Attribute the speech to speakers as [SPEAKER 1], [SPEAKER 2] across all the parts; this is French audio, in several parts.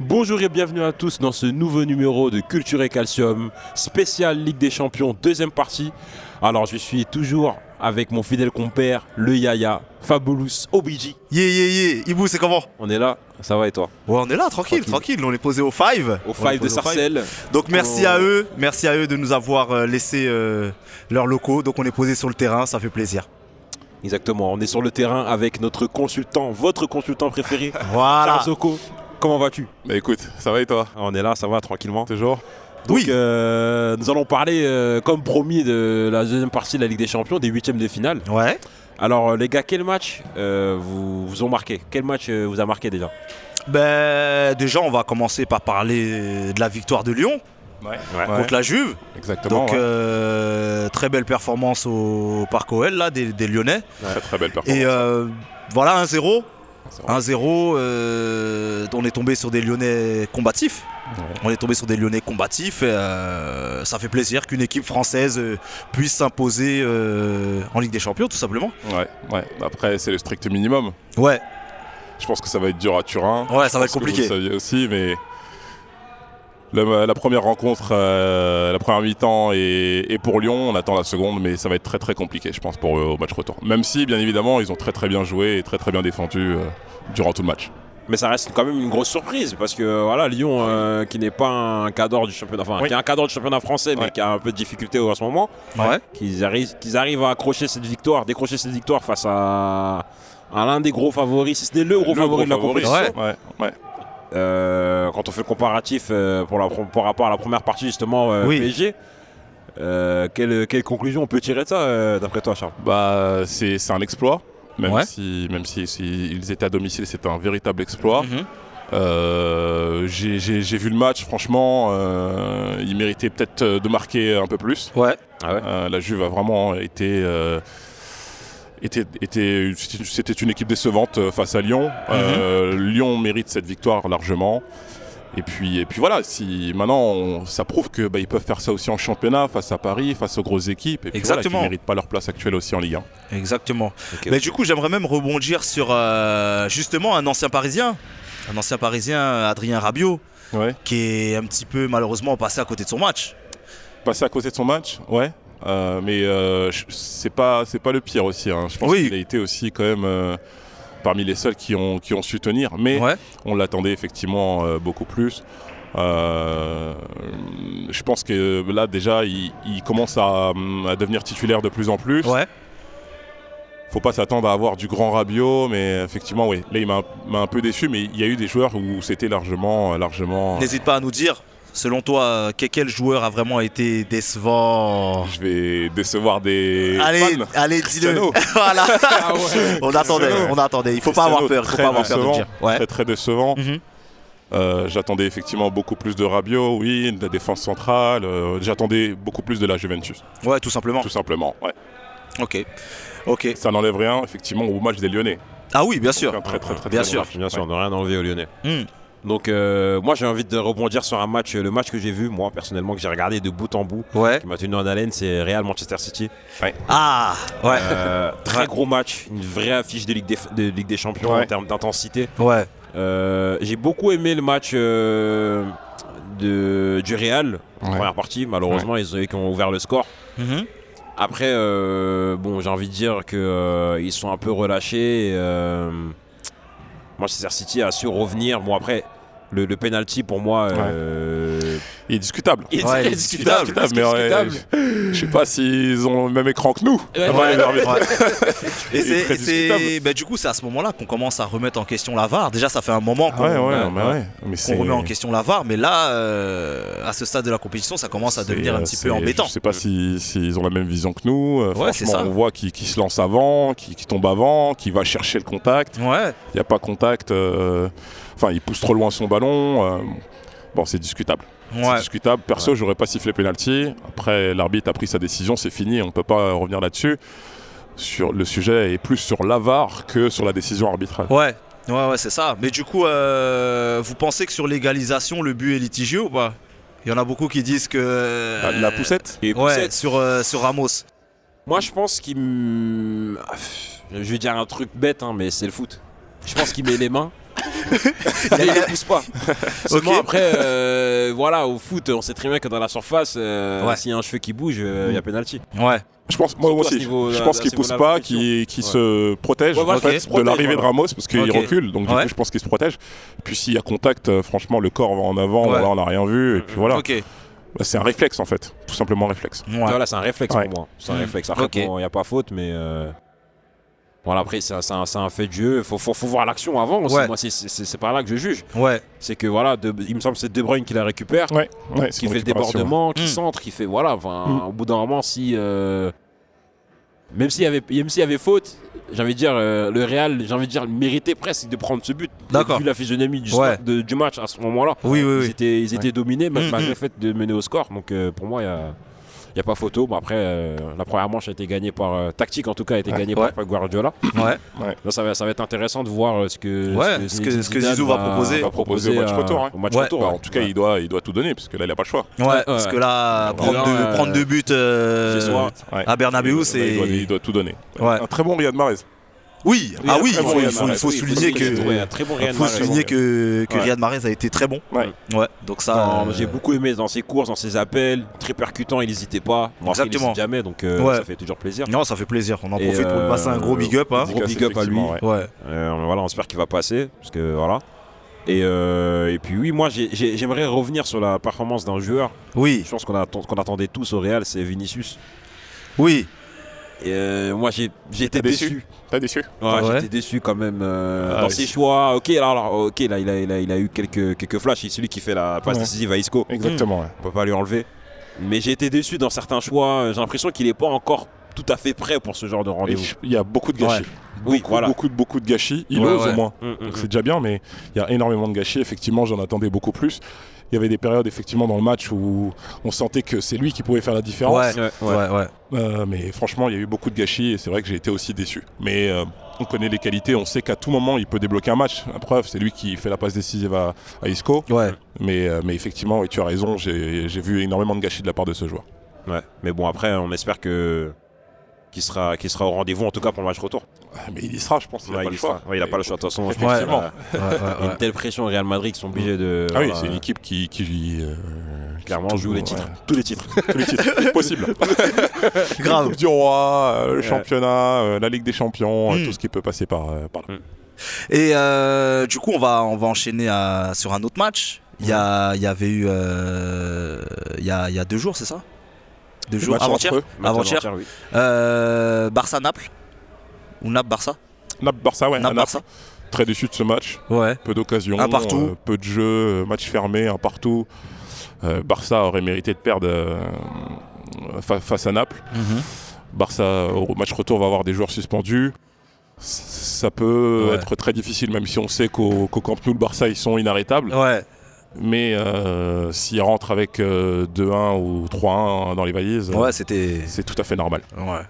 [SPEAKER 1] Bonjour et bienvenue à tous dans ce nouveau numéro de Culture et Calcium, spécial Ligue des Champions, deuxième partie. Alors je suis toujours avec mon fidèle compère, le Yaya, Fabulous Obiji.
[SPEAKER 2] Yeah, yeah, yeah. Ibu, c'est comment
[SPEAKER 1] On est là, ça va et toi
[SPEAKER 2] Ouais, on est là, tranquille, tranquille. On est posé au 5.
[SPEAKER 1] Au five de Sarcelles.
[SPEAKER 2] Donc merci
[SPEAKER 1] Oh.
[SPEAKER 2] à eux, merci à eux de nous avoir euh, laissé euh, leurs locaux. Donc on est posé sur le terrain, ça fait plaisir.
[SPEAKER 1] Exactement, on est sur le terrain avec notre consultant, votre consultant préféré,
[SPEAKER 2] Voilà.
[SPEAKER 1] Charles Zoko. Comment vas-tu Ah,
[SPEAKER 3] Bah écoute, ça va et toi
[SPEAKER 1] On est là, ça va tranquillement.
[SPEAKER 3] Toujours
[SPEAKER 1] Donc,
[SPEAKER 2] Oui.
[SPEAKER 1] euh, nous allons parler, euh, comme promis, de la deuxième partie de la Ligue des Champions, des huitièmes de finale.
[SPEAKER 2] Ouais.
[SPEAKER 1] Alors euh, les gars, quel match euh, vous, vous ont marqué Quel match euh, vous a marqué déjà
[SPEAKER 2] Ben déjà, on va commencer par parler de la victoire de Lyon
[SPEAKER 3] Ouais.
[SPEAKER 1] Ouais.
[SPEAKER 2] contre la Juve.
[SPEAKER 3] Exactement.
[SPEAKER 2] Donc
[SPEAKER 3] ouais.
[SPEAKER 2] euh, très belle performance au Parc OL là des, des Lyonnais.
[SPEAKER 3] Très très belle performance.
[SPEAKER 2] Et ah. euh, voilà 1-0.
[SPEAKER 3] C'est vrai.
[SPEAKER 2] 1-0, euh, on est tombé sur des Lyonnais combatifs.
[SPEAKER 3] Ouais.
[SPEAKER 2] On est tombé sur des Lyonnais combatifs. et, euh, ça fait plaisir qu'une équipe française euh, puisse s'imposer euh, en Ligue des Champions, tout simplement.
[SPEAKER 3] Ouais, ouais. Bah, Après, c'est le strict minimum.
[SPEAKER 2] Ouais,
[SPEAKER 3] Je pense que ça va être dur à Turin.
[SPEAKER 2] ouais, ça va être
[SPEAKER 3] Parce que
[SPEAKER 2] compliqué.
[SPEAKER 3] Vous le saviez aussi, mais la, la première rencontre, euh, la première mi-temps est, est pour Lyon. On attend la seconde, mais ça va être très très compliqué, je pense, pour eux au match retour. Même si, bien évidemment, ils ont très très bien joué et très très bien défendu euh, durant tout le match.
[SPEAKER 1] Mais ça reste quand même une grosse surprise parce que euh, voilà Lyon euh, qui n'est pas un cadre du championnat, enfin
[SPEAKER 3] Oui.
[SPEAKER 1] qui est un cadre du championnat français mais
[SPEAKER 3] Ouais.
[SPEAKER 1] qui a un peu de difficulté en ce moment,
[SPEAKER 2] Ouais.
[SPEAKER 1] qu'ils arrivent, qu'ils arrivent à accrocher cette victoire, décrocher cette victoire face à, à l'un des gros favoris, si ce n'est le gros
[SPEAKER 3] Le
[SPEAKER 1] favori de la
[SPEAKER 3] favori,
[SPEAKER 1] compétition.
[SPEAKER 3] Ouais, ouais.
[SPEAKER 1] Euh, quand on fait le comparatif euh, pour la, par rapport à la première partie justement euh,
[SPEAKER 2] Oui.
[SPEAKER 1] PSG, euh, quelle, quelle conclusion on peut tirer de ça euh, d'après toi Charles
[SPEAKER 3] Bah, c'est c'est un exploit. Même
[SPEAKER 2] Ouais.
[SPEAKER 3] si, même si, si ils étaient à domicile, c'était un véritable exploit.
[SPEAKER 2] Mhm.
[SPEAKER 3] Euh, J'ai j'ai- j'ai vu le match, franchement, euh, ils méritaient peut-être euh, de marquer un peu plus.
[SPEAKER 2] Ouais.
[SPEAKER 3] Euh, la Juve a vraiment été. euh, était- était- C'était c'était une équipe décevante euh, face à Lyon.
[SPEAKER 2] Mm-hmm.
[SPEAKER 3] Euh, Lyon mérite cette victoire largement. Et puis, et puis voilà, si maintenant on- ça prouve que bah, ils peuvent faire ça aussi en championnat, face à Paris, face aux grosses équipes, et puis voilà,
[SPEAKER 2] Exactement.
[SPEAKER 3] qu'ils méritent pas leur place actuelle aussi en Ligue 1.
[SPEAKER 2] Exactement.
[SPEAKER 1] Ok,
[SPEAKER 2] Mais du coup, j'aimerais même rebondir sur euh, justement un ancien Parisien, un ancien Parisien, Adrien Rabiot,
[SPEAKER 3] Ouais.
[SPEAKER 2] qui est un petit peu malheureusement passé à côté de son match.
[SPEAKER 3] Passer à côté de son match, ouais. Euh, mais euh, je- c'est pas c'est pas le pire aussi. hein. Je pense
[SPEAKER 2] Oui.
[SPEAKER 3] qu'il a été aussi quand même euh, parmi les seuls qui ont qui ont su tenir. Mais
[SPEAKER 2] Ouais.
[SPEAKER 3] on l'attendait effectivement euh, beaucoup plus. Euh, je pense que là déjà il, il commence à, hum, à devenir titulaire de plus en plus.
[SPEAKER 2] Ouais.
[SPEAKER 3] Faut pas s'attendre à avoir du grand Rabiot, mais effectivement oui. Là il m'a m'a un peu déçu, mais il y a eu des joueurs où c'était largement largement.
[SPEAKER 2] N'hésite pas à nous dire, selon toi, euh, que- quel joueur a vraiment été décevant
[SPEAKER 3] Je vais décevoir des
[SPEAKER 2] Allez,
[SPEAKER 3] fans.
[SPEAKER 2] allez, dis-le.
[SPEAKER 3] Cristiano.
[SPEAKER 2] voilà.
[SPEAKER 1] Ah ouais.
[SPEAKER 2] On attendait, on attendait. Il faut pas
[SPEAKER 3] Cristiano,
[SPEAKER 2] avoir peur, il faut
[SPEAKER 3] très
[SPEAKER 2] pas avoir peur de le
[SPEAKER 3] décevant.
[SPEAKER 2] dire. Ouais.
[SPEAKER 3] Très très décevant.
[SPEAKER 2] Mhm.
[SPEAKER 3] Euh, j'attendais effectivement beaucoup plus de Rabiot, oui, de la défense centrale. euh, j'attendais beaucoup plus de la Juventus,
[SPEAKER 2] Ouais, tout simplement.
[SPEAKER 3] tout simplement. ouais.
[SPEAKER 2] Ok. Ok.
[SPEAKER 3] Ça n'enlève rien, effectivement, au match des Lyonnais.
[SPEAKER 2] Ah oui, bien sûr.
[SPEAKER 3] Un très, très, très,
[SPEAKER 2] Bien
[SPEAKER 3] très
[SPEAKER 2] sûr.
[SPEAKER 3] bon match.
[SPEAKER 1] Bien sûr,
[SPEAKER 3] Ouais.
[SPEAKER 1] on n'a rien enlevé aux Lyonnais.
[SPEAKER 2] Hmm.
[SPEAKER 1] Donc euh, moi j'ai envie de rebondir sur un match, le match que j'ai vu moi personnellement que j'ai regardé de bout en bout,
[SPEAKER 2] Ouais.
[SPEAKER 1] qui m'a tenu en haleine, c'est Real Manchester City.
[SPEAKER 2] Ah, ouais.
[SPEAKER 1] Euh, très gros match, une vraie affiche de Ligue des, de Ligue des Champions
[SPEAKER 3] Ouais.
[SPEAKER 1] en termes d'intensité.
[SPEAKER 2] Ouais.
[SPEAKER 1] Euh, j'ai beaucoup aimé le match euh, de, du Real, en
[SPEAKER 3] Ouais.
[SPEAKER 1] première partie. Malheureusement, ils ont qui ont ouvert le score.
[SPEAKER 2] Mhm.
[SPEAKER 1] Après, euh, bon, j'ai envie de dire que euh, ils sont un peu relâchés. et, euh, Manchester City a su revenir. Bon, après, le, le penalty pour moi. euh,
[SPEAKER 3] Il est discutable.
[SPEAKER 1] il est- il est
[SPEAKER 2] Ouais, il est
[SPEAKER 1] discutable,
[SPEAKER 3] Discutable, mais ouais, je je sais pas s'ils ont le même écran que nous.
[SPEAKER 1] Ouais,
[SPEAKER 3] Ouais,
[SPEAKER 1] ouais.
[SPEAKER 3] les arbitres.
[SPEAKER 2] Et
[SPEAKER 3] Il est
[SPEAKER 2] c'est,
[SPEAKER 3] très
[SPEAKER 2] et c'est,
[SPEAKER 3] discutable.
[SPEAKER 2] ben, du coup, c'est à ce moment-là qu'on commence à remettre en question la VAR. Déjà, ça fait un moment
[SPEAKER 3] Ah
[SPEAKER 2] qu'on,
[SPEAKER 3] ouais, ouais,
[SPEAKER 1] Ouais,
[SPEAKER 3] mais
[SPEAKER 1] ouais.
[SPEAKER 3] ouais. Mais
[SPEAKER 2] qu'on bah remet en question la VAR, mais là, euh, à ce stade de la compétition, ça commence à
[SPEAKER 3] c'est,
[SPEAKER 2] devenir un
[SPEAKER 3] euh,
[SPEAKER 2] petit
[SPEAKER 3] c'est-
[SPEAKER 2] peu embêtant.
[SPEAKER 3] Je sais pas s'ils si, s'ils ont la même vision que nous. Euh, franchement,
[SPEAKER 2] c'est ça.
[SPEAKER 3] on voit qui, qui se lance avant, qui, qui tombe avant, qui va chercher le contact.
[SPEAKER 2] Ouais.
[SPEAKER 3] Il n'y a pas contact. euh, Enfin, il pousse trop loin son ballon. euh, bon, c'est discutable. C'est
[SPEAKER 2] Ouais.
[SPEAKER 3] discutable. Perso, j'aurais pas sifflé penalty. Après, l'arbitre a pris sa décision, c'est fini, on peut pas revenir là-dessus. Sur le sujet est plus sur l'avare que sur la décision arbitrale.
[SPEAKER 2] Ouais. Ouais, ouais, c'est ça. Mais du coup, euh, vous pensez que sur l'égalisation, le but est litigieux ou pas Il y en a beaucoup qui disent que.
[SPEAKER 3] La, Bah, la poussette
[SPEAKER 1] Et
[SPEAKER 2] Ouais,
[SPEAKER 1] Pousset,
[SPEAKER 2] sur, euh, sur Ramos.
[SPEAKER 1] Moi, je pense qu'il. ah, m- Je vais dire un truc bête, hein, mais c'est le foot. Je pense qu'il met les mains
[SPEAKER 2] Il a-
[SPEAKER 1] Mais
[SPEAKER 2] il
[SPEAKER 1] il ne
[SPEAKER 2] a-
[SPEAKER 1] pousse pas. Seulement
[SPEAKER 2] Ok.
[SPEAKER 1] après, euh, voilà, au foot, on sait très bien que dans la surface, euh,
[SPEAKER 2] Ouais. Mm.
[SPEAKER 1] s'il y a un cheveu qui bouge, euh, il y a pénalty.
[SPEAKER 2] Ouais.
[SPEAKER 3] Je pense, moi
[SPEAKER 1] Surtout à
[SPEAKER 3] aussi,
[SPEAKER 1] ce niveau-
[SPEAKER 3] je
[SPEAKER 1] à-
[SPEAKER 3] pense
[SPEAKER 1] à
[SPEAKER 3] qu'il
[SPEAKER 1] ce
[SPEAKER 3] pousse
[SPEAKER 1] niveau-là,
[SPEAKER 3] pas,
[SPEAKER 1] la pression.
[SPEAKER 3] qu'il qu'il
[SPEAKER 1] Ouais.
[SPEAKER 3] se protège
[SPEAKER 1] Ouais, voilà,
[SPEAKER 3] en fait,
[SPEAKER 1] qu'il se protège,
[SPEAKER 3] de l'arrivée de
[SPEAKER 1] voilà.
[SPEAKER 3] Ramos parce qu'il
[SPEAKER 2] Ok.
[SPEAKER 3] recule. Donc du
[SPEAKER 2] Ouais.
[SPEAKER 3] coup, je pense qu'il se protège. Puis s'il y a contact, euh, franchement, le corps va en avant,
[SPEAKER 2] Ouais.
[SPEAKER 3] voilà, on n'a rien vu. Et puis voilà,
[SPEAKER 2] Ok.
[SPEAKER 3] Bah, c'est un réflexe en fait, tout simplement un réflexe.
[SPEAKER 2] Ouais.
[SPEAKER 1] Voilà, c'est un réflexe
[SPEAKER 3] Ouais.
[SPEAKER 1] pour moi. C'est un réflexe. Après,
[SPEAKER 2] Ok.
[SPEAKER 1] bon, il n'y a pas faute, mais. euh, Voilà, après, c'est un, c'est un- c'est un fait de jeu. Il faut, faut- faut voir l'action avant. aussi.
[SPEAKER 2] Ouais.
[SPEAKER 1] Moi, c'est- c'est c'est- c'est par là que je juge.
[SPEAKER 2] Ouais.
[SPEAKER 1] C'est que, voilà, De- il me semble que c'est De Bruyne qui la récupère,
[SPEAKER 3] Ouais, ouais, c'est
[SPEAKER 1] qui
[SPEAKER 3] une
[SPEAKER 1] fait le
[SPEAKER 3] récupération.
[SPEAKER 1] débordement, qui
[SPEAKER 2] Mm.
[SPEAKER 1] centre, qui fait. Voilà, enfin,
[SPEAKER 3] Mm.
[SPEAKER 1] au bout d'un moment, si. euh, Même s'il y, avait- même s'il y avait faute, j'ai envie de dire, euh, le Real, j'ai envie de dire, méritait presque de prendre ce but.
[SPEAKER 2] D'accord.
[SPEAKER 1] Vu la physionomie du,
[SPEAKER 2] Ouais.
[SPEAKER 1] de- du match à ce moment-là.
[SPEAKER 2] Oui, oui,
[SPEAKER 1] Ils
[SPEAKER 2] oui.
[SPEAKER 1] étaient, ils étaient dominés ma-
[SPEAKER 2] Mm,
[SPEAKER 1] malgré
[SPEAKER 2] mm.
[SPEAKER 1] le fait de mener au score. Donc euh, pour moi, il n'y a, y a pas photo. Bon, après, euh, la première manche a été gagnée par. euh, tactique en tout cas a été gagnée
[SPEAKER 2] Ouais.
[SPEAKER 1] par Pep Guardiola.
[SPEAKER 2] Ouais.
[SPEAKER 1] Là, ça va, ça va être intéressant de voir euh, ce que,
[SPEAKER 2] Ouais, ce que-
[SPEAKER 1] Zinedine
[SPEAKER 2] ce que
[SPEAKER 1] Zidane
[SPEAKER 2] Zizou va proposer.
[SPEAKER 3] Va proposer au match
[SPEAKER 1] à-
[SPEAKER 3] retour, hein.
[SPEAKER 1] au match
[SPEAKER 2] Ouais.
[SPEAKER 1] retour,
[SPEAKER 3] Bah,
[SPEAKER 1] ouais.
[SPEAKER 3] en tout cas,
[SPEAKER 1] Ouais.
[SPEAKER 3] il, doit, il doit tout donner parce que là, il n'a pas le choix.
[SPEAKER 2] Ouais,
[SPEAKER 1] Ouais,
[SPEAKER 2] parce
[SPEAKER 1] ouais.
[SPEAKER 2] que là,
[SPEAKER 1] Ouais,
[SPEAKER 2] prendre,
[SPEAKER 1] là,
[SPEAKER 2] deux,
[SPEAKER 1] euh,
[SPEAKER 2] prendre deux buts euh,
[SPEAKER 1] chez soi.
[SPEAKER 3] Ouais.
[SPEAKER 2] à Bernabeu,
[SPEAKER 3] Il doit-
[SPEAKER 2] c'est.
[SPEAKER 3] il, doit, il doit tout donner.
[SPEAKER 2] Ouais.
[SPEAKER 3] Un très bon Riyad Mahrez.
[SPEAKER 2] Oui,
[SPEAKER 1] Oui,
[SPEAKER 2] ah
[SPEAKER 1] un
[SPEAKER 2] oui, il
[SPEAKER 1] très
[SPEAKER 2] faut,
[SPEAKER 1] bon
[SPEAKER 2] il
[SPEAKER 1] Real
[SPEAKER 2] faut- il
[SPEAKER 1] Madrid.
[SPEAKER 2] faut
[SPEAKER 1] Oui,
[SPEAKER 2] souligner
[SPEAKER 1] qu'il a trouvé un
[SPEAKER 2] que.
[SPEAKER 1] très bon
[SPEAKER 2] Il
[SPEAKER 1] Real
[SPEAKER 2] faut
[SPEAKER 1] Madrid. hein.
[SPEAKER 2] souligner que, que
[SPEAKER 3] Ouais.
[SPEAKER 2] Riyad Mahrez a été très bon.
[SPEAKER 3] Ouais.
[SPEAKER 2] Ouais, donc ça.
[SPEAKER 1] Non, mais
[SPEAKER 2] euh,
[SPEAKER 1] J'ai beaucoup aimé dans ses courses, dans ses appels, très percutant, il n'hésitait pas. Bon, après, il
[SPEAKER 2] Exactement.
[SPEAKER 1] n'hésite jamais, donc euh,
[SPEAKER 2] Ouais.
[SPEAKER 1] ça fait toujours plaisir.
[SPEAKER 2] Non, ça fait plaisir. On en
[SPEAKER 1] Et,
[SPEAKER 2] profite pour lui
[SPEAKER 1] euh,
[SPEAKER 2] passer un gros big up. hein.
[SPEAKER 1] Gros big up à lui.
[SPEAKER 3] Effectivement, ouais.
[SPEAKER 2] Ouais.
[SPEAKER 1] Euh, voilà, on espère qu'il va passer, parce que voilà. Et, euh, et puis oui, moi j'ai- j'ai- j'aimerais revenir sur la performance d'un joueur
[SPEAKER 2] Oui,
[SPEAKER 1] Je pense qu'on atten- qu'on attendait tous au Real, c'est Vinicius.
[SPEAKER 2] oui.
[SPEAKER 1] Et euh, moi, j'ai- j'étais
[SPEAKER 3] T'es
[SPEAKER 1] déçu.
[SPEAKER 3] déçu T'as déçu
[SPEAKER 1] Ouais,
[SPEAKER 2] Ah ouais
[SPEAKER 1] J'étais déçu quand même euh,
[SPEAKER 3] Ah
[SPEAKER 1] dans
[SPEAKER 3] oui.
[SPEAKER 1] ses choix. Ok, alors, alors, ok, là, il a, il a- il a eu quelques, quelques flashs. C'est celui qui fait la passe
[SPEAKER 3] Ouais.
[SPEAKER 1] décisive à Isco.
[SPEAKER 3] Exactement. ouais.
[SPEAKER 1] On peut pas lui enlever. Mais j'ai été déçu dans certains choix. J'ai l'impression qu'il n'est pas encore tout à fait prêt pour ce genre de
[SPEAKER 3] Et
[SPEAKER 1] rendez-vous.
[SPEAKER 3] je- Il y a beaucoup de gâchis.
[SPEAKER 1] Oui,
[SPEAKER 3] Beaucoup,
[SPEAKER 1] voilà.
[SPEAKER 3] beaucoup, de- beaucoup de gâchis. Il
[SPEAKER 2] Ouais,
[SPEAKER 3] ose
[SPEAKER 2] ouais.
[SPEAKER 3] au moins.
[SPEAKER 1] Mm, mm,
[SPEAKER 3] Donc
[SPEAKER 1] mm.
[SPEAKER 3] c'est déjà bien, mais il y a énormément de gâchis. Effectivement, j'en attendais beaucoup plus. Il y avait des périodes, effectivement, dans le match où on sentait que c'est lui qui pouvait faire la différence.
[SPEAKER 2] Ouais,
[SPEAKER 1] Ouais, ouais.
[SPEAKER 2] ouais, ouais.
[SPEAKER 3] Euh, mais franchement, il y a eu beaucoup de gâchis et c'est vrai que j'ai été aussi déçu. Mais euh, on connaît les qualités, on sait qu'à tout moment, il peut débloquer un match. La preuve, c'est lui qui fait la passe décisive à, à Isco.
[SPEAKER 2] Ouais.
[SPEAKER 3] Mais, euh, mais effectivement, oui, tu as raison, j'ai j'ai vu énormément de gâchis de la part de ce joueur.
[SPEAKER 1] Ouais. Mais bon, après, on espère que qu'il sera, qu'il sera au rendez-vous, en tout cas pour le match retour.
[SPEAKER 3] Ah, Mais il y sera, je pense. Il n'a
[SPEAKER 1] Ouais,
[SPEAKER 3] pas
[SPEAKER 1] il
[SPEAKER 3] le
[SPEAKER 1] y
[SPEAKER 3] choix.
[SPEAKER 1] sera. Ouais, il a pas le choix. De toute façon, je pense
[SPEAKER 2] Ouais.
[SPEAKER 1] qu'il a-
[SPEAKER 2] Ouais,
[SPEAKER 1] il y
[SPEAKER 2] ouais,
[SPEAKER 1] a
[SPEAKER 2] ouais.
[SPEAKER 1] une telle pression au Real Madrid qu'ils sont obligés de.
[SPEAKER 3] Ah oui,
[SPEAKER 1] voilà,
[SPEAKER 3] c'est une équipe qui, qui, euh,
[SPEAKER 1] Euh, Clairement, joue les
[SPEAKER 3] ouais.
[SPEAKER 1] titres. Tous les titres.
[SPEAKER 3] tous les titres possibles.
[SPEAKER 2] Grave.
[SPEAKER 3] Coupe du Roi, euh, le
[SPEAKER 1] Ouais.
[SPEAKER 3] championnat, euh, la Ligue des Champions, euh,
[SPEAKER 2] Mm.
[SPEAKER 3] tout ce qui peut passer par, euh, par là.
[SPEAKER 2] Et euh, du coup, on va, on va enchaîner à- sur un autre match. Il y, a- il y avait eu. euh, Il y, a, il y a deux jours, c'est ça Deux jours
[SPEAKER 3] matchs
[SPEAKER 2] avant-hier
[SPEAKER 3] entre eux.
[SPEAKER 2] Avant-hier.
[SPEAKER 1] Avant-hier, oui.
[SPEAKER 2] Euh, Barça-Naples Ou Naples-Barça
[SPEAKER 3] Naples-Barça, ouais. à
[SPEAKER 2] Naples-Barça
[SPEAKER 3] Naples. Très déçu de ce match.
[SPEAKER 2] Ouais.
[SPEAKER 3] peu d'occasions,
[SPEAKER 2] Un partout.
[SPEAKER 3] euh, peu de jeux, euh, match fermé, un partout. Euh, Barça aurait mérité de perdre euh, fa- face à Naples.
[SPEAKER 2] Mhm.
[SPEAKER 3] Barça euh, au match retour va avoir des joueurs suspendus. C- Ça peut
[SPEAKER 2] Ouais.
[SPEAKER 3] être très difficile, même si on sait qu'au qu'au Camp Nou, le Barça, ils sont inarrêtables.
[SPEAKER 2] Ouais.
[SPEAKER 3] Mais euh, s'ils rentrent avec euh, 2-1 ou 3-1 dans les valises, euh,
[SPEAKER 2] Ouais, c'était.
[SPEAKER 3] c'est tout à fait normal.
[SPEAKER 2] Ouais.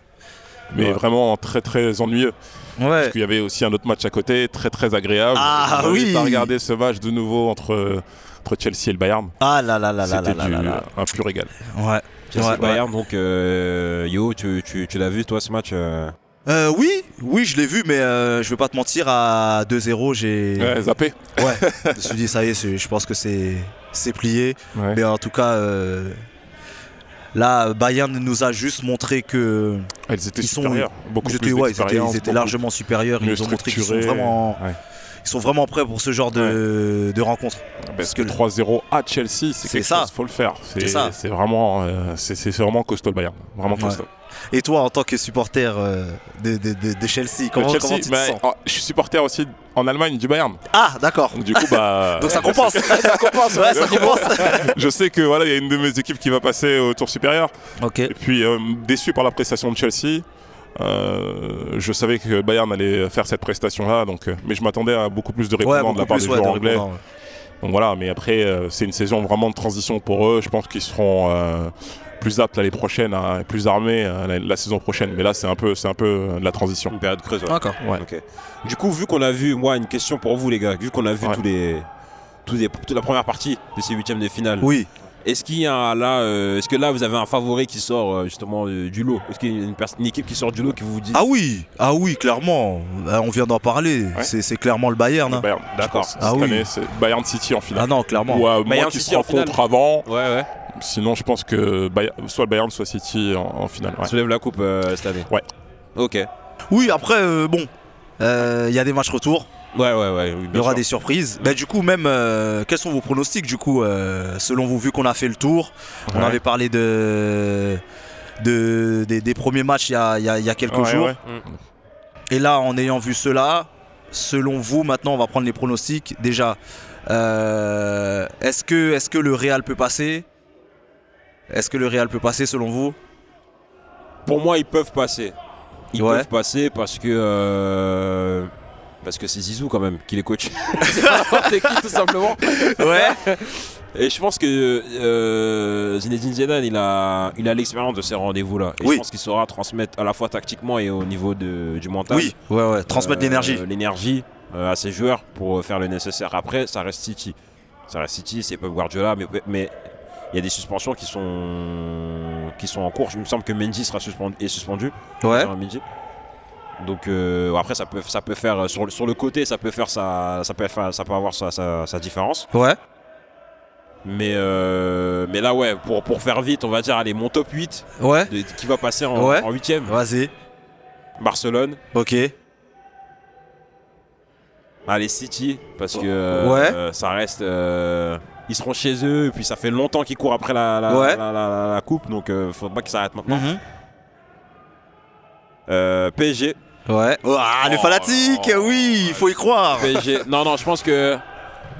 [SPEAKER 3] Mais
[SPEAKER 2] Ouais.
[SPEAKER 3] vraiment très très ennuyeux.
[SPEAKER 2] Ouais.
[SPEAKER 3] Parce qu'il y avait aussi un autre match à côté, très très agréable.
[SPEAKER 2] Ah oui.
[SPEAKER 3] J'ai pas regardé ce match de nouveau entre, entre Chelsea et le Bayern.
[SPEAKER 2] Ah là là là là là
[SPEAKER 3] C'était
[SPEAKER 2] là
[SPEAKER 3] du-
[SPEAKER 2] là là.
[SPEAKER 3] un pur régal.
[SPEAKER 2] Ouais.
[SPEAKER 1] Chelsea
[SPEAKER 2] Ouais.
[SPEAKER 1] Bayern, donc euh, Yo, tu, tu, tu l'as vu toi ce match euh,
[SPEAKER 2] Euh, oui, oui, je l'ai vu, mais euh, je vais pas te mentir, à 2-0, j'ai.
[SPEAKER 3] Ouais, zappé.
[SPEAKER 2] Ouais, je me suis dit, ça y est, c'est- je pense que c'est c'est plié.
[SPEAKER 3] Ouais.
[SPEAKER 2] Mais en tout cas, euh, là, Bayern nous a juste montré que
[SPEAKER 3] Ils étaient
[SPEAKER 2] Ils sont-
[SPEAKER 3] supérieurs. beaucoup
[SPEAKER 2] ils
[SPEAKER 3] plus
[SPEAKER 2] étaient, ouais, ils étaient- ils
[SPEAKER 3] d'expérience,
[SPEAKER 2] étaient
[SPEAKER 3] beaucoup
[SPEAKER 2] largement supérieurs. Ils
[SPEAKER 3] mieux
[SPEAKER 2] nous ont montré qu'ils sont
[SPEAKER 3] structurés.
[SPEAKER 2] vraiment,
[SPEAKER 3] Ouais.
[SPEAKER 2] ils sont vraiment prêts pour ce genre de, de rencontre.
[SPEAKER 3] Parce que 3-0 à Chelsea, c'est
[SPEAKER 2] C'est
[SPEAKER 3] quelque
[SPEAKER 2] ça.
[SPEAKER 3] chose, faut le faire.
[SPEAKER 2] C'est
[SPEAKER 3] C'est
[SPEAKER 2] ça.
[SPEAKER 3] c'est vraiment, euh, c'est- c'est vraiment costaud le Bayern. Vraiment
[SPEAKER 2] Ouais.
[SPEAKER 3] costaud.
[SPEAKER 2] Et toi, en tant que supporter euh, de, de- de- de Chelsea, comment,
[SPEAKER 3] Chelsea,
[SPEAKER 2] comment tu te
[SPEAKER 3] bah,
[SPEAKER 2] sens
[SPEAKER 3] oh, je suis supporter aussi en Allemagne du Bayern.
[SPEAKER 2] Ah, d'accord.
[SPEAKER 3] Donc du coup, bah,
[SPEAKER 2] Donc ça compense. ça compense. Ouais, ça compense.
[SPEAKER 3] je sais que voilà, il y a une de mes équipes qui va passer au tour supérieur.
[SPEAKER 2] ok.
[SPEAKER 3] Et puis euh, déçu par la prestation de Chelsea. Euh, je savais que Bayern allait faire cette prestation-là, donc, euh, mais je m'attendais à beaucoup plus de
[SPEAKER 2] Ouais,
[SPEAKER 3] répondants
[SPEAKER 2] beaucoup
[SPEAKER 3] de la part
[SPEAKER 2] plus,
[SPEAKER 3] des
[SPEAKER 2] ouais,
[SPEAKER 3] joueurs
[SPEAKER 2] de
[SPEAKER 3] anglais.
[SPEAKER 2] répondants, ouais.
[SPEAKER 3] Donc voilà, mais après, euh, c'est une saison vraiment de transition pour eux. Je pense qu'ils seront euh, plus aptes l'année prochaine, hein, plus armés euh, la, la saison prochaine. Mais là, c'est un peu, c'est un peu euh, de la transition.
[SPEAKER 1] Une période creuse. ouais.
[SPEAKER 2] D'accord.
[SPEAKER 3] Ouais.
[SPEAKER 1] Ok. Du coup, vu qu'on a vu, moi, une question pour vous les gars, vu qu'on a vu
[SPEAKER 3] Ouais.
[SPEAKER 1] tous les, tous les, toute la première partie de ces huitièmes de finale,
[SPEAKER 2] Oui.
[SPEAKER 1] Est-ce qu'il y a là, euh, est-ce que là vous avez un favori qui sort euh, justement euh, du lot Est-ce qu'il y a une, pers- une équipe qui sort du lot qui vous dit
[SPEAKER 2] Ah oui, ah oui, clairement. Bah, on vient d'en parler.
[SPEAKER 3] Ouais.
[SPEAKER 2] C'est c'est clairement le Bayern. hein.
[SPEAKER 3] Bayern, d'accord. Cette
[SPEAKER 2] Ah oui.
[SPEAKER 3] année, c'est Bayern City en finale.
[SPEAKER 2] Ah non, clairement.
[SPEAKER 3] Ou à moins
[SPEAKER 1] Bayern
[SPEAKER 3] qu'ils se
[SPEAKER 1] City en finale.
[SPEAKER 3] rencontrent avant.
[SPEAKER 1] Ouais, ouais.
[SPEAKER 3] Sinon, je pense que Bay- soit le Bayern, soit City en, en finale. ouais.
[SPEAKER 1] Soulève la coupe euh, cette année.
[SPEAKER 3] Ouais.
[SPEAKER 1] Ok. Ouais,
[SPEAKER 2] Oui, après, euh, bon, euh, il y a des matchs retour.
[SPEAKER 1] ouais, ouais. oui,
[SPEAKER 2] Il y
[SPEAKER 1] bien
[SPEAKER 2] aura
[SPEAKER 1] sûr.
[SPEAKER 2] des surprises. Bah, du coup, même, euh, quels sont vos pronostics du coup, euh, selon vous, vu qu'on a fait le tour On
[SPEAKER 3] Ouais.
[SPEAKER 2] avait parlé de, de- des, des premiers matchs il y a, il y a- il y a quelques
[SPEAKER 3] Ouais,
[SPEAKER 2] jours.
[SPEAKER 3] ouais.
[SPEAKER 2] Et là, en ayant vu cela, selon vous, maintenant, on va prendre les pronostics. Déjà, euh, est-ce que, est que le Real peut passer Est-ce que le Real peut passer selon vous
[SPEAKER 1] Pour moi, ils peuvent passer. Ils
[SPEAKER 2] Ouais.
[SPEAKER 1] peuvent passer parce que. euh, Parce que c'est Zizou quand même qui les coach. C'est n'importe qui, tout simplement.
[SPEAKER 2] Ouais.
[SPEAKER 1] Et je pense que euh, Zinedine Zidane, il a, il a l'expérience de ces rendez-vous-là. Et
[SPEAKER 2] Oui.
[SPEAKER 1] je pense qu'il saura transmettre à la fois tactiquement et au niveau de- du mental.
[SPEAKER 2] Oui, ouais, ouais. Transmettre
[SPEAKER 1] euh,
[SPEAKER 2] l'énergie.
[SPEAKER 1] L'énergie euh, à ses joueurs pour faire le nécessaire. Après, ça reste City. Ça reste City, c'est Pep Guardiola, mais mais il y a des suspensions qui sont qui sont en cours. Il me semble que Mendy sera suspendu, est suspendu.
[SPEAKER 2] Ouais.
[SPEAKER 1] Sur un midi. Donc euh, après ça peut ça peut faire euh, sur le, sur le côté ça peut faire ça ça peut faire- ça peut avoir sa, sa- sa différence
[SPEAKER 2] Ouais.
[SPEAKER 1] mais euh, mais là ouais pour pour faire vite on va dire allez mon top 8
[SPEAKER 2] Ouais.
[SPEAKER 1] de- qui va passer en,
[SPEAKER 2] Ouais.
[SPEAKER 1] en 8ème
[SPEAKER 2] Vas-y.
[SPEAKER 1] Barcelone
[SPEAKER 2] Ok.
[SPEAKER 1] allez Ah, City parce que
[SPEAKER 2] Ouais.
[SPEAKER 1] euh, ça reste euh, ils seront chez eux et puis ça fait longtemps qu'ils courent après la la,
[SPEAKER 2] Ouais.
[SPEAKER 1] la, la- la- la coupe donc euh, faut pas qu'ils s'arrêtent maintenant
[SPEAKER 2] Mhm.
[SPEAKER 1] Euh, PSG
[SPEAKER 2] Ouais. Ah, le
[SPEAKER 3] Oh,
[SPEAKER 2] fanatique,
[SPEAKER 3] oh,
[SPEAKER 2] oui, il faut y croire.
[SPEAKER 1] PSG. Non, non, je pense que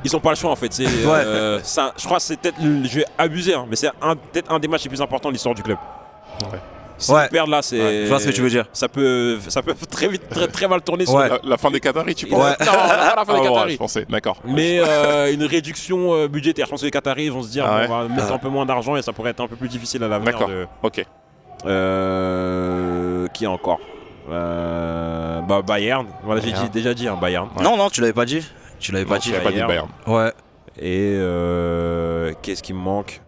[SPEAKER 1] ils ont pas le choix en fait. C'est, euh, ça, je crois que c'est peut-être, le- je vais abuser, hein, mais c'est un- peut-être un des matchs les plus importants de l'histoire du club.
[SPEAKER 3] Ouais.
[SPEAKER 1] Si
[SPEAKER 2] Ouais.
[SPEAKER 1] ils perdent là, c'est.
[SPEAKER 2] Je vois ce que tu veux dire.
[SPEAKER 1] Ça peut, ça peut très vite, très, très mal tourner. sur
[SPEAKER 2] Ouais.
[SPEAKER 1] le-
[SPEAKER 3] La, la fin des Qataris, tu
[SPEAKER 1] Non,
[SPEAKER 3] penses
[SPEAKER 1] non, pas la fin
[SPEAKER 3] Ah,
[SPEAKER 1] des
[SPEAKER 3] ouais,
[SPEAKER 1] Qataris.
[SPEAKER 3] je pensais, d'accord.
[SPEAKER 1] Mais euh, une réduction euh, budgétaire. Je pense que les Qataris vont se dire
[SPEAKER 3] Ah
[SPEAKER 1] bon, on va mettre
[SPEAKER 2] Ah.
[SPEAKER 1] un peu moins d'argent et ça pourrait être un peu plus difficile à l'avenir.
[SPEAKER 3] D'accord.
[SPEAKER 1] de-
[SPEAKER 3] Ok.
[SPEAKER 1] Euh, qui encore Euh, bah, Bayern. Voilà, j'ai
[SPEAKER 3] Bayern.
[SPEAKER 1] dit- déjà dit hein, Bayern.
[SPEAKER 2] Non, non, tu l'avais pas dit. Tu l'avais pas
[SPEAKER 3] Non,
[SPEAKER 2] dit.
[SPEAKER 3] tu l'as pas dit
[SPEAKER 1] Bayern.
[SPEAKER 3] Bayern.
[SPEAKER 2] Ouais.
[SPEAKER 1] Et euh, qu'est-ce qui me manque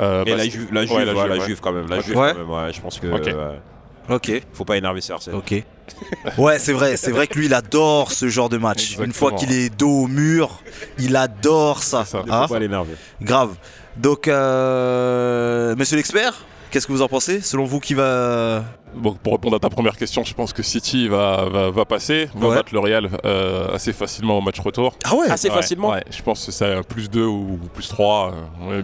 [SPEAKER 3] Euh,
[SPEAKER 1] Et
[SPEAKER 3] bah,
[SPEAKER 1] la
[SPEAKER 3] c'est-
[SPEAKER 1] Juve, la
[SPEAKER 3] ouais,
[SPEAKER 1] Juve, ouais, la, Juve,
[SPEAKER 3] ouais.
[SPEAKER 1] quand même, la
[SPEAKER 3] Ok.
[SPEAKER 1] Juve
[SPEAKER 2] Ouais.
[SPEAKER 1] quand même, ouais, je pense que
[SPEAKER 3] Ok.
[SPEAKER 1] ouais,
[SPEAKER 2] Ok.
[SPEAKER 1] faut pas énerver CRC.
[SPEAKER 2] Ok. Ouais, c'est vrai. C'est vrai que lui, il adore ce genre de match. Une
[SPEAKER 3] Exactement.
[SPEAKER 2] fois qu'il est dos au mur, il adore ça.
[SPEAKER 3] C'est ça.
[SPEAKER 1] Il
[SPEAKER 2] Hein
[SPEAKER 1] faut pas l'énerver.
[SPEAKER 2] Grave. Donc, euh, monsieur l'expert, qu'est-ce que vous en pensez Selon vous, qui va
[SPEAKER 3] Bon, pour répondre à ta première question, je pense que City va, va, va passer, va
[SPEAKER 2] Ouais.
[SPEAKER 3] battre le Real euh, assez facilement au match retour.
[SPEAKER 2] Ah ouais.
[SPEAKER 1] Assez
[SPEAKER 3] Ouais,
[SPEAKER 1] facilement.
[SPEAKER 3] ouais, Je pense que c'est un plus 2 ou plus 3,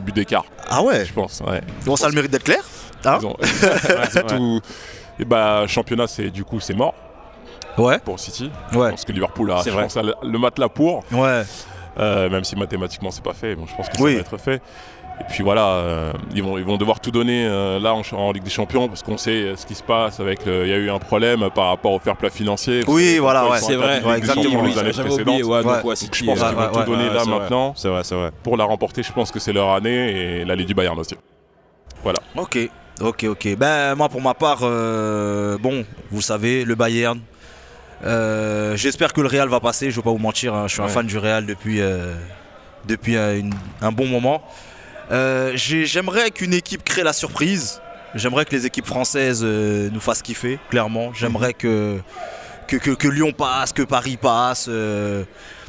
[SPEAKER 3] but d'écart,
[SPEAKER 2] Ah ouais.
[SPEAKER 3] je pense. ouais.
[SPEAKER 2] Bon, ça a le mérite d'être clair. Hein
[SPEAKER 3] Ils ont-
[SPEAKER 1] Ouais, ouais.
[SPEAKER 3] tout- Et bah, championnat, c'est du coup, c'est mort
[SPEAKER 2] Ouais.
[SPEAKER 3] pour City. Je
[SPEAKER 2] Ouais.
[SPEAKER 3] pense que Liverpool a,
[SPEAKER 1] C'est
[SPEAKER 3] je
[SPEAKER 1] vrai.
[SPEAKER 3] pense, a le le matelas pour,
[SPEAKER 2] Ouais.
[SPEAKER 3] euh, même si mathématiquement, c'est pas fait. Bon, je pense que ça
[SPEAKER 2] Oui.
[SPEAKER 3] va être fait. Et puis voilà, euh, ils, vont, ils vont devoir tout donner euh, là en, ch- en Ligue des Champions parce qu'on sait euh, ce qui se passe avec. le- Il y a eu un problème par rapport au fair play financier.
[SPEAKER 2] Oui, voilà.
[SPEAKER 3] ils
[SPEAKER 2] Ouais.
[SPEAKER 3] sont
[SPEAKER 1] C'est vrai,
[SPEAKER 3] interdits de
[SPEAKER 2] Ouais,
[SPEAKER 3] descendre
[SPEAKER 2] exactement,
[SPEAKER 3] les
[SPEAKER 1] oui,
[SPEAKER 3] années
[SPEAKER 1] j'avais oublié,
[SPEAKER 3] précédentes.
[SPEAKER 1] ouais, donc,
[SPEAKER 2] Ouais.
[SPEAKER 1] ouais, euh, City,
[SPEAKER 3] Je pense
[SPEAKER 1] ouais,
[SPEAKER 3] qu'ils
[SPEAKER 1] ouais,
[SPEAKER 3] vont tout
[SPEAKER 1] ouais,
[SPEAKER 3] donner
[SPEAKER 1] ouais,
[SPEAKER 3] là
[SPEAKER 1] c'est vrai.
[SPEAKER 3] maintenant
[SPEAKER 1] C'est vrai, c'est vrai.
[SPEAKER 3] pour la remporter. Je pense que c'est leur année et l'année du Bayern aussi.
[SPEAKER 2] Ok, ok, ok. Ben moi pour ma part, euh, bon, vous savez, le Bayern. Euh, J'espère que le Real va passer. Je vais pas vous mentir, hein, je suis un
[SPEAKER 3] Ouais.
[SPEAKER 2] fan du Real depuis euh, depuis euh, une- un bon moment. Euh, j'ai- J'aimerais qu'une équipe crée la surprise. J'aimerais que les équipes françaises euh, nous fassent kiffer, clairement. J'aimerais que, que, que- que Lyon passe, que Paris passe, euh,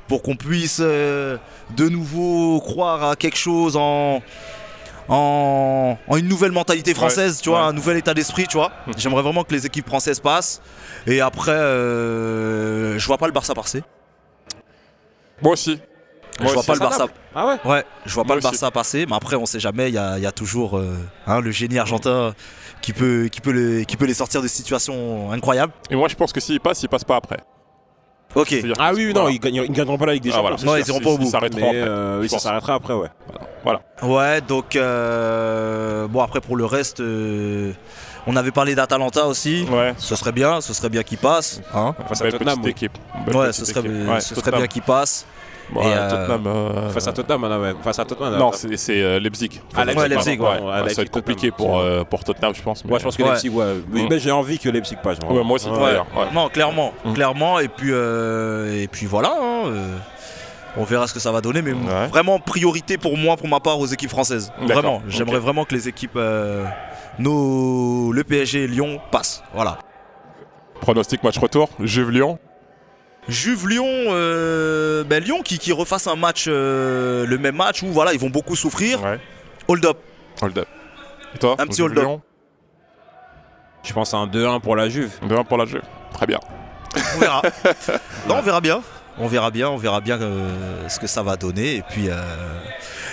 [SPEAKER 2] pour qu'on puisse euh, de nouveau croire à quelque chose en, en, en une nouvelle mentalité française, tu vois,
[SPEAKER 3] ouais.
[SPEAKER 2] un nouvel état d'esprit, tu vois.
[SPEAKER 3] Mhm.
[SPEAKER 2] J'aimerais vraiment que les équipes françaises passent. Et après, euh, je vois pas le Barça passer.
[SPEAKER 3] Moi aussi.
[SPEAKER 2] Je vois
[SPEAKER 3] aussi.
[SPEAKER 2] pas le
[SPEAKER 1] ça
[SPEAKER 2] Barça.
[SPEAKER 1] Ah ouais.
[SPEAKER 2] Ouais, je vois pas
[SPEAKER 3] Moi
[SPEAKER 2] le Barça passer, mais après on sait jamais, il y a, il y a toujours euh, hein, le génie argentin qui peut, qui, peut les, qui peut les sortir de situations incroyables.
[SPEAKER 3] Et moi, je pense que s'ils passent, ils passent pas après.
[SPEAKER 2] Ok,
[SPEAKER 3] C'est-à-dire
[SPEAKER 1] Ah
[SPEAKER 3] que-
[SPEAKER 1] oui, oui, non,
[SPEAKER 3] voilà.
[SPEAKER 1] ils, gagneront- ils gagneront pas la Ligue des
[SPEAKER 3] Ah, voilà.
[SPEAKER 1] Champions.
[SPEAKER 3] C'est
[SPEAKER 2] Non,
[SPEAKER 3] sûr,
[SPEAKER 2] ils iront pas au bout.
[SPEAKER 3] s'arrêteront
[SPEAKER 1] Mais
[SPEAKER 3] après.
[SPEAKER 1] euh, oui,
[SPEAKER 3] je
[SPEAKER 1] ça
[SPEAKER 3] pense.
[SPEAKER 1] s'arrêtera après, ouais.
[SPEAKER 2] ouais, donc euh, bon après pour le reste, euh, on avait parlé d'Atalanta aussi,
[SPEAKER 3] Ouais.
[SPEAKER 2] ce serait bien, ce serait bien qu'il passe. Hein
[SPEAKER 1] Face à
[SPEAKER 3] belle
[SPEAKER 1] Tottenham,
[SPEAKER 3] petite
[SPEAKER 1] oui.
[SPEAKER 3] équipe. Belle
[SPEAKER 2] ouais, ce
[SPEAKER 3] petite
[SPEAKER 2] serait,
[SPEAKER 3] équipe. Ouais,
[SPEAKER 2] ce serait
[SPEAKER 3] Tottenham.
[SPEAKER 2] bien qu'il passe.
[SPEAKER 3] Ouais,
[SPEAKER 2] Et, euh,
[SPEAKER 3] Tottenham, euh,
[SPEAKER 1] Face à Tottenham, là, ouais. Face à Tottenham.
[SPEAKER 3] Non,
[SPEAKER 1] là.
[SPEAKER 3] c'est c'est, euh, Leipzig.
[SPEAKER 1] Ah, Leipzig,
[SPEAKER 2] Ouais, Leipzig,
[SPEAKER 1] pardon.
[SPEAKER 2] ouais.
[SPEAKER 1] Ouais,
[SPEAKER 3] Ouais, ça va
[SPEAKER 1] Leipzig,
[SPEAKER 3] être compliqué
[SPEAKER 1] Tottenham.
[SPEAKER 3] pour, euh, pour Tottenham, je pense. mais-
[SPEAKER 1] Ouais, je pense que
[SPEAKER 2] Ouais.
[SPEAKER 1] Leipzig, ouais. Mais
[SPEAKER 3] Mm.
[SPEAKER 1] mais j'ai envie que Leipzig passe. vraiment.
[SPEAKER 3] Ouais, moi aussi,
[SPEAKER 1] Ouais.
[SPEAKER 3] d'ailleurs. Ouais.
[SPEAKER 2] Non, clairement,
[SPEAKER 3] Mm.
[SPEAKER 2] clairement, et puis, euh, et puis voilà. hein, euh, On verra ce que ça va donner, mais
[SPEAKER 3] Ouais.
[SPEAKER 2] vraiment priorité pour moi, pour ma part, aux équipes françaises.
[SPEAKER 3] D'accord,
[SPEAKER 2] Vraiment,
[SPEAKER 3] ok.
[SPEAKER 2] j'aimerais vraiment que les équipes, euh, nos, le PSG et Lyon passent. Voilà.
[SPEAKER 3] Pronostic match retour, Juve Lyon.
[SPEAKER 2] Juve Lyon, euh, ben, Lyon qui, qui refasse un match, euh, le même match où voilà, ils vont beaucoup souffrir.
[SPEAKER 3] Ouais.
[SPEAKER 2] Hold up.
[SPEAKER 3] Hold up. Et toi
[SPEAKER 2] Un petit
[SPEAKER 3] Juve
[SPEAKER 2] hold up.
[SPEAKER 3] Lyon
[SPEAKER 1] Je pense à un 2-1 pour la Juve.
[SPEAKER 3] 2-1 pour la Juve. Très bien.
[SPEAKER 2] On verra. non, on verra bien. On verra bien, on verra bien euh, ce que ça va donner. Et puis, euh,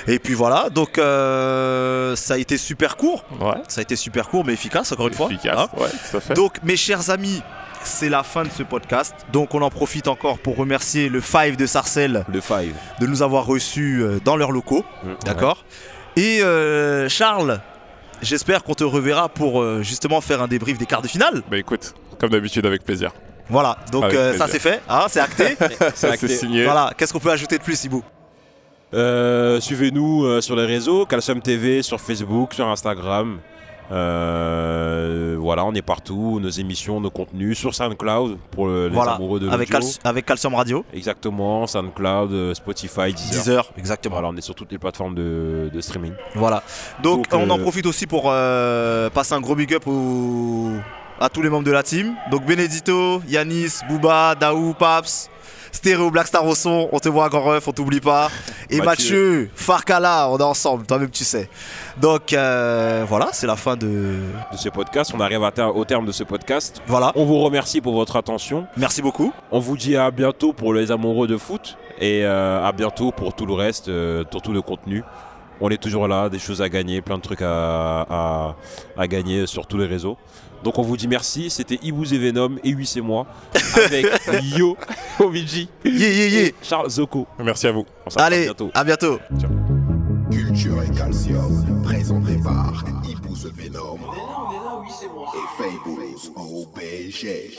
[SPEAKER 2] et puis voilà. Donc euh, ça a été super court.
[SPEAKER 3] Ouais.
[SPEAKER 2] Ça a été super court mais efficace encore une fois.
[SPEAKER 3] Efficace.
[SPEAKER 2] hein.
[SPEAKER 3] ouais, tout à fait.
[SPEAKER 2] Donc mes chers amis, c'est la fin de ce podcast. Donc on en profite encore pour remercier le Five de Sarcelles
[SPEAKER 1] Le 5.
[SPEAKER 2] de nous avoir reçus euh, dans leurs locaux. D'accord Et euh, Charles, j'espère qu'on te reverra pour euh, justement faire un débrief des quarts de finale.
[SPEAKER 3] Bah écoute, comme d'habitude, avec plaisir.
[SPEAKER 2] Voilà, donc
[SPEAKER 3] Avec
[SPEAKER 2] euh, ça
[SPEAKER 3] plaisir.
[SPEAKER 2] c'est fait, hein, c'est acté.
[SPEAKER 3] Ça, c'est signé.
[SPEAKER 2] voilà, qu'est-ce qu'on peut ajouter de plus, Ibou
[SPEAKER 1] Euh, Suivez-nous euh, sur les réseaux, Calcium TV, sur Facebook, sur Instagram. Euh, voilà, on est partout, nos émissions, nos contenus, sur SoundCloud pour euh, les
[SPEAKER 2] Voilà,
[SPEAKER 1] amoureux de
[SPEAKER 2] avec,
[SPEAKER 1] l'audio.
[SPEAKER 2] Calci- avec Calcium Radio,
[SPEAKER 1] Exactement, SoundCloud, euh, Spotify, Deezer.
[SPEAKER 2] 10h, exactement.
[SPEAKER 1] Voilà, on est sur toutes les plateformes de, de streaming.
[SPEAKER 2] Voilà. Donc,
[SPEAKER 1] Donc,
[SPEAKER 2] on en
[SPEAKER 1] euh,
[SPEAKER 2] profite aussi pour euh, passer un gros big up au- à tous les membres de la team. Donc Benedito, Yanis, Bouba, Daou, Paps, Stéréo, Blackstar au son, on te voit encore ref, on t'oublie pas. Et Mathieu,
[SPEAKER 1] Mathieu.
[SPEAKER 2] Farkala, on est ensemble, toi-même tu sais. Donc euh, voilà, c'est la fin de...
[SPEAKER 1] De ce podcast, on arrive à ter- au terme de ce podcast.
[SPEAKER 2] Voilà,
[SPEAKER 1] On vous remercie pour votre attention.
[SPEAKER 2] merci beaucoup.
[SPEAKER 1] On vous dit à bientôt pour les amoureux de foot et euh, à bientôt pour tout le reste, euh, pour tout le contenu. On est toujours là, des choses à gagner, plein de trucs à, à- à gagner sur tous les réseaux. Donc on vous dit merci, c'était Ibouz et Venom, et oui c'est moi, avec Yo, Omiji,
[SPEAKER 2] Yeah, yeah, yeah.
[SPEAKER 1] et Charles Zoko.
[SPEAKER 3] Merci à vous.
[SPEAKER 1] On se retrouve
[SPEAKER 2] Allez,
[SPEAKER 1] bientôt.
[SPEAKER 2] à bientôt.
[SPEAKER 4] Culture et Calcium, présenté par Ibouze Venom et Fables au BG.